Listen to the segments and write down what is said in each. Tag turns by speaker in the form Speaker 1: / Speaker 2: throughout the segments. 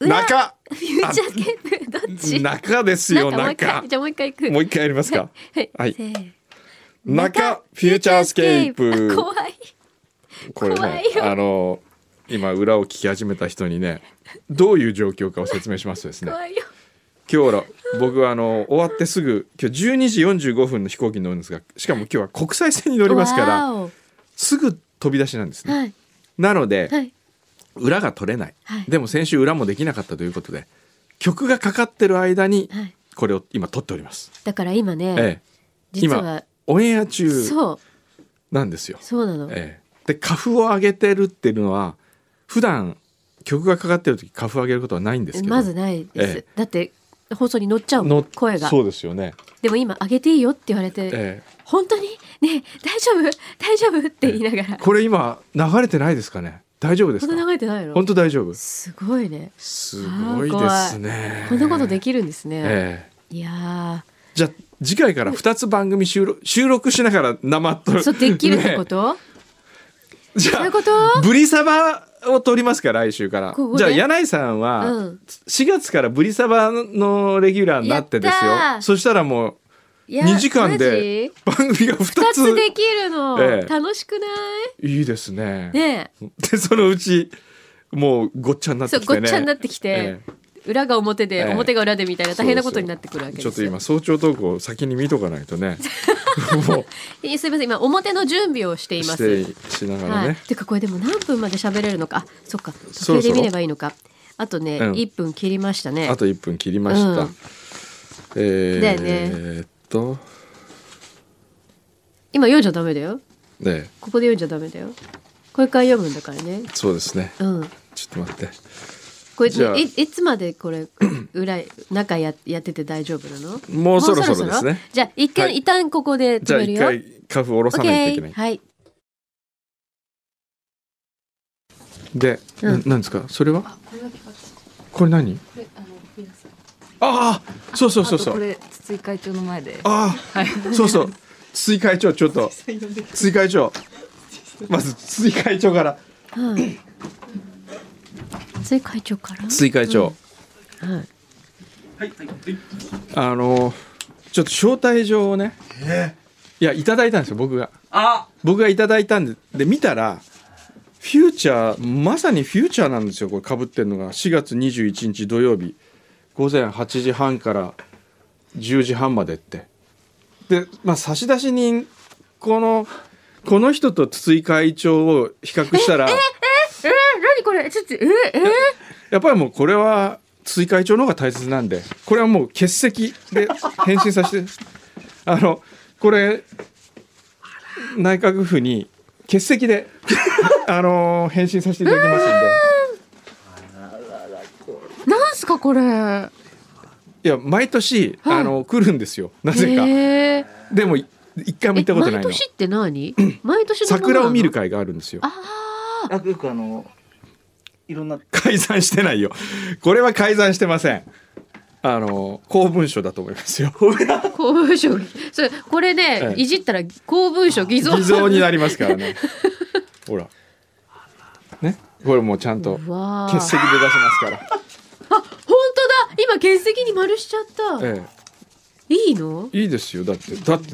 Speaker 1: 中
Speaker 2: フューチャーケープどっち
Speaker 1: 中ですよ
Speaker 2: なんかもう
Speaker 1: 中
Speaker 2: 一回じゃあもう一回行く
Speaker 1: もう一回やりますか
Speaker 2: はい、
Speaker 1: はい
Speaker 2: せー
Speaker 1: 中フューチャースケー
Speaker 2: あ
Speaker 1: プ
Speaker 2: 怖い
Speaker 1: これ
Speaker 2: 怖
Speaker 1: ね
Speaker 2: いよ
Speaker 1: あの今裏を聞き始めた人にねどういう状況かを説明しますとですね
Speaker 2: 怖いよ
Speaker 1: 今日ら僕はあの終わってすぐ今日12時45分の飛行機に乗るんですがしかも今日は国際線に乗りますから
Speaker 2: わ
Speaker 1: すぐ飛び出しなんです
Speaker 2: ーお
Speaker 1: ね
Speaker 2: はい
Speaker 1: なので
Speaker 2: はい
Speaker 1: 裏が取れない
Speaker 2: はい
Speaker 1: でも先週裏もできなかったということで曲がかかってる間に
Speaker 2: はい
Speaker 1: これを今撮っております
Speaker 2: だから今ね、
Speaker 1: ええ
Speaker 2: 実は
Speaker 1: オンエア中
Speaker 2: そう
Speaker 1: なんですよ
Speaker 2: そうなの、
Speaker 1: ええ、で花粉を上げてるっていうのは普段曲がかかってる時花粉を上げることはないんですけど
Speaker 2: まずないで
Speaker 1: え
Speaker 2: す、
Speaker 1: え
Speaker 2: だって放送に乗っちゃうもん
Speaker 1: の
Speaker 2: 声が
Speaker 1: そうですよね、
Speaker 2: でも今上げていいよって言われて、
Speaker 1: ええ、
Speaker 2: 本当にねえ大丈夫大丈夫って言いながら、
Speaker 1: これ今流れてないですかね大丈夫です
Speaker 2: 本
Speaker 1: か
Speaker 2: 当流れてないの
Speaker 1: 本当大丈夫
Speaker 2: すごいね
Speaker 1: すごいですね
Speaker 2: こんなことで
Speaker 1: き
Speaker 2: きるんですね、
Speaker 1: ええ、
Speaker 2: いや
Speaker 1: じゃあ次回から2つ番組収録収録しながら生と
Speaker 2: ーそうできるっ てこと、
Speaker 1: ねじ
Speaker 2: どうい
Speaker 1: ゃ
Speaker 2: うこと
Speaker 1: あブリサバを撮りますか来週から
Speaker 2: ここで
Speaker 1: じ ゃあ柳井さんは、
Speaker 2: うん
Speaker 1: 4月からブリサバのレギュラーになってですよ
Speaker 2: やったー
Speaker 1: そしたらもう
Speaker 2: いや
Speaker 1: 2時間で
Speaker 2: マジ
Speaker 1: 番組が2つ
Speaker 2: 二つできるの、
Speaker 1: ええ
Speaker 2: 楽しくない
Speaker 1: いいですね
Speaker 2: ねえ
Speaker 1: でそのうちもうごっちゃになっ
Speaker 2: そ
Speaker 1: てき
Speaker 2: うご
Speaker 1: てね
Speaker 2: っちゃになってきて
Speaker 1: え、
Speaker 2: 裏が表で、
Speaker 1: ええ
Speaker 2: 表が裏でみたいな大変なことになってくるわけで
Speaker 1: ち
Speaker 2: す
Speaker 1: ょ
Speaker 2: よ
Speaker 1: っと今早朝投稿先に見とかないとねもう
Speaker 2: えすみません今表の準備をしていま
Speaker 1: し
Speaker 2: す
Speaker 1: てしながら
Speaker 2: は
Speaker 1: ね、
Speaker 2: い、てかこれでも何分まで喋れるのかあそっか
Speaker 1: そろ
Speaker 2: 時
Speaker 1: そ
Speaker 2: 計
Speaker 1: ろ
Speaker 2: で見ればいいのかあとね、
Speaker 1: うん
Speaker 2: 一1分切りましたね
Speaker 1: あと1分切りました、
Speaker 2: うん
Speaker 1: えー
Speaker 2: だよね
Speaker 1: えーっと
Speaker 2: 今読んじゃダメだよ
Speaker 1: ね
Speaker 2: ここで読んじゃダメだよこれから読むんだからね
Speaker 1: そうですね
Speaker 2: うん
Speaker 1: ちょっと待って
Speaker 2: これ
Speaker 1: じゃあ
Speaker 2: いいつまでこれ裏中ややってて大丈夫なの
Speaker 1: もうそろそろですね
Speaker 2: じゃあ一回、
Speaker 1: はい
Speaker 2: 一旦ここで
Speaker 1: じ
Speaker 2: 止
Speaker 1: ゃあ
Speaker 2: める
Speaker 1: 一
Speaker 2: よ
Speaker 1: 回花粉を下ろさないといけな
Speaker 2: OK
Speaker 1: い
Speaker 2: はい
Speaker 1: で、な
Speaker 2: うん
Speaker 1: なんですかそれはこれ何ああそうそうそうそ
Speaker 3: あとこ
Speaker 1: う
Speaker 3: れ筒井会長の前で。
Speaker 1: ああそうそう筒井会長ちょっと筒井会長まず筒井会長から
Speaker 2: はい。つい会長から。
Speaker 1: 筒井会長、
Speaker 2: はい。
Speaker 1: あのちょっと招待状をね、いやいただいたんですよ僕が
Speaker 4: あ
Speaker 1: 僕がいただいたんでで見たらフューチャーまさにフューチャーなんですよこれかぶってるのが4月21日土曜日午前8時半から10時半までってで、まあ、差出人このこの人と筒井会長を比較したら
Speaker 2: えー、なにこれ、ちょっと、えー、えー、
Speaker 1: やっぱりもうこれは筒井会長の方が大切なんでこれはもう欠席で返信させて あのこれ内閣府に欠席で あの返信させていただきますんで
Speaker 2: なんすか、これ。ない
Speaker 1: や毎年、
Speaker 2: はい
Speaker 1: あの来るんですよなぜか、
Speaker 2: えー、
Speaker 1: でもい一回も行ったことな
Speaker 2: 毎
Speaker 1: いの
Speaker 2: 年って何。毎年のものなの
Speaker 1: 桜を見る。会があるんですよ
Speaker 2: あ
Speaker 4: あよくあのいろんな
Speaker 1: 改ざんしてないよこれは改ざんしてませんあの公文書だと思いますよ
Speaker 2: あ、公文書。それ、これ
Speaker 1: え
Speaker 2: ね、
Speaker 1: え
Speaker 2: いじったら、公文書偽造。
Speaker 1: 偽造になりますから ねほらねこれもうちゃんと
Speaker 2: うわあ。
Speaker 1: 欠席
Speaker 2: 本
Speaker 1: で出しますから、
Speaker 2: 当だ、今欠席に丸しちゃった。
Speaker 1: え
Speaker 2: いいの。
Speaker 1: え、いいですよだってだって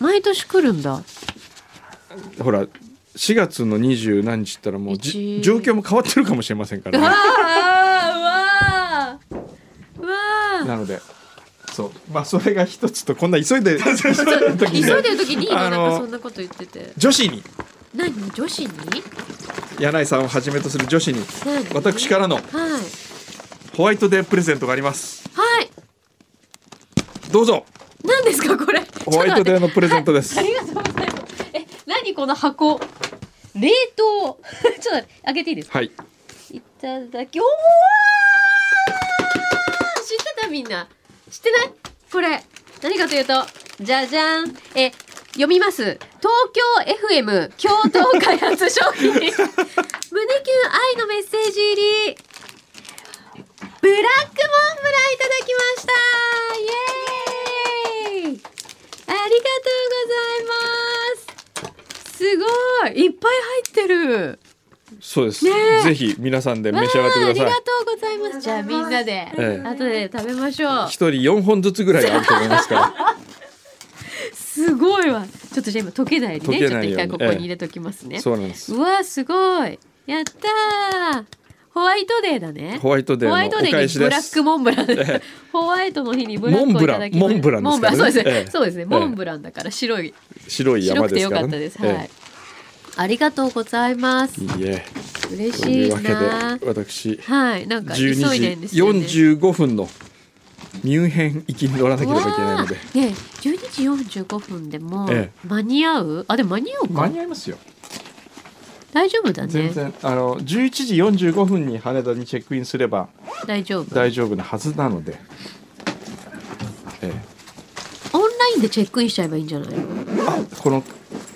Speaker 2: 毎年来るんだ。
Speaker 1: ほら4月の二十何日ったらもう
Speaker 2: 一
Speaker 1: じ状況も変わってるかもしれませんから、ね、
Speaker 2: ああ、わあ。わあ。
Speaker 1: なのでそうまあそれが一つとこんな急い で急いでる
Speaker 2: 急い
Speaker 1: 時
Speaker 2: で
Speaker 1: に
Speaker 2: る時に、な
Speaker 1: あ
Speaker 2: ん
Speaker 1: の
Speaker 2: かそんなこと言ってて。
Speaker 1: 女子に
Speaker 2: 何、女子に。
Speaker 1: 柳井さんをはじめとする女子に
Speaker 2: 何
Speaker 1: 私からの
Speaker 2: はい。
Speaker 1: ホワイトデープレゼントがあります
Speaker 2: はい。
Speaker 1: どうぞ
Speaker 2: 何ですか、これ。
Speaker 1: ホワイトデーのプレゼントです
Speaker 2: ありがとうございます。え、何この箱。 冷凍。ちょっと開けていいですか。
Speaker 1: はい
Speaker 2: いただき。おお。よみんな知ってないこれ何かというとじゃじゃんえ読みます東京 FM 共同開発商品胸キュン愛のメッセージ入りブラックモンブランいただきましたイエーイありがとうございますすごいいっぱい入ってる
Speaker 1: そうです、
Speaker 2: ねえ
Speaker 1: ぜひ皆さんで召し上がってくだ
Speaker 2: わああり
Speaker 1: さ
Speaker 2: がとうございますじゃあみんなで、
Speaker 1: ええ
Speaker 2: 後で食べましょう
Speaker 1: い一人4本ずつぐらいあると思いますから
Speaker 2: すごいわちょっとじゃあ今溶けないようにね
Speaker 1: 溶けないように
Speaker 2: ちょっと一回ここに入れときますね、
Speaker 1: そうなんです
Speaker 2: うわすごいやったーホワイトデーだね
Speaker 1: ホワイトデー
Speaker 2: ホ
Speaker 1: の
Speaker 2: ワイトデ
Speaker 1: お返
Speaker 2: ーに
Speaker 1: し
Speaker 2: ブ
Speaker 1: で
Speaker 2: ラッ
Speaker 1: す
Speaker 2: クモンブラン、
Speaker 1: え
Speaker 2: ホワイトの日にブラッ
Speaker 1: モ
Speaker 2: ク
Speaker 1: ン
Speaker 2: をい
Speaker 1: ブラ
Speaker 2: た
Speaker 1: ン
Speaker 2: だきま
Speaker 1: モンブランです
Speaker 2: モ
Speaker 1: からね
Speaker 2: そうですね、
Speaker 1: ええ
Speaker 2: そうですね
Speaker 1: え
Speaker 2: モンブランだから白い、
Speaker 1: 白い山
Speaker 2: 白くて
Speaker 1: です
Speaker 2: よ
Speaker 1: か
Speaker 2: からった
Speaker 1: ね
Speaker 2: ですはい、ありがとうございます
Speaker 1: ええいいえ
Speaker 2: 嬉
Speaker 1: とい
Speaker 2: しいう
Speaker 1: わけ
Speaker 2: な
Speaker 1: で私
Speaker 2: はいなんか急いでん
Speaker 1: 12
Speaker 2: です
Speaker 1: 時
Speaker 2: よね
Speaker 1: 45分の入編行きに乗らなければいけないので
Speaker 2: わあねえ12時45分でも
Speaker 1: え
Speaker 2: 間に合う、あでも間に合う
Speaker 1: 間
Speaker 2: か
Speaker 1: に合いますよ
Speaker 2: 大丈夫だ
Speaker 1: 全
Speaker 2: ね
Speaker 1: 然あの11時45分に羽田にチェックインすれば
Speaker 2: 大丈夫
Speaker 1: 大丈夫なはずなので、ええ
Speaker 2: オンラインでチェックインしちゃえばいいんじゃない
Speaker 1: あこの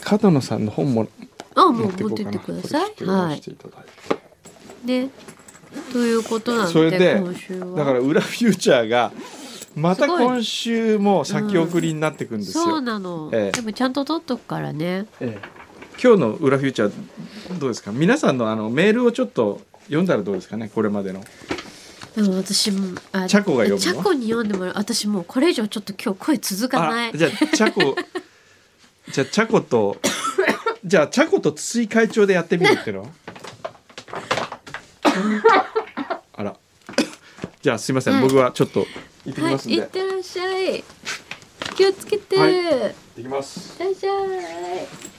Speaker 1: 角野さんの本も
Speaker 2: あもう
Speaker 1: 持
Speaker 2: 持
Speaker 1: ってこう
Speaker 2: って
Speaker 1: か
Speaker 2: っ
Speaker 1: な
Speaker 2: てくださ
Speaker 1: これちょっと用意してい
Speaker 2: いは
Speaker 1: ただいて
Speaker 2: いでということなんで
Speaker 1: それで
Speaker 2: 今週は
Speaker 1: だから裏フューチャーがまた
Speaker 2: すごい
Speaker 1: 今週も先送りになってくんですよ、
Speaker 2: そうなの、
Speaker 1: ええ
Speaker 2: でもちゃんと取っとくからね
Speaker 1: ええ今日の裏フューチャーどうですか皆さんのあのメールをちょっと読んだらどうですかねこれまでの
Speaker 2: でも私もあ
Speaker 1: チャコが読むの
Speaker 2: チャコに読んでもらう私もうこれ以上ちょっと今日声続かない
Speaker 1: あじゃあチャコじゃあチャコ とじゃあチャコと筒井会長でやってみるっていうのは あらじゃあすいません、
Speaker 2: はい
Speaker 1: 僕はちょっと行ってき
Speaker 2: はい
Speaker 1: ますんで、
Speaker 2: いってらっしゃい気をつけて、
Speaker 1: はい
Speaker 2: い
Speaker 1: 行きます
Speaker 2: らっしゃい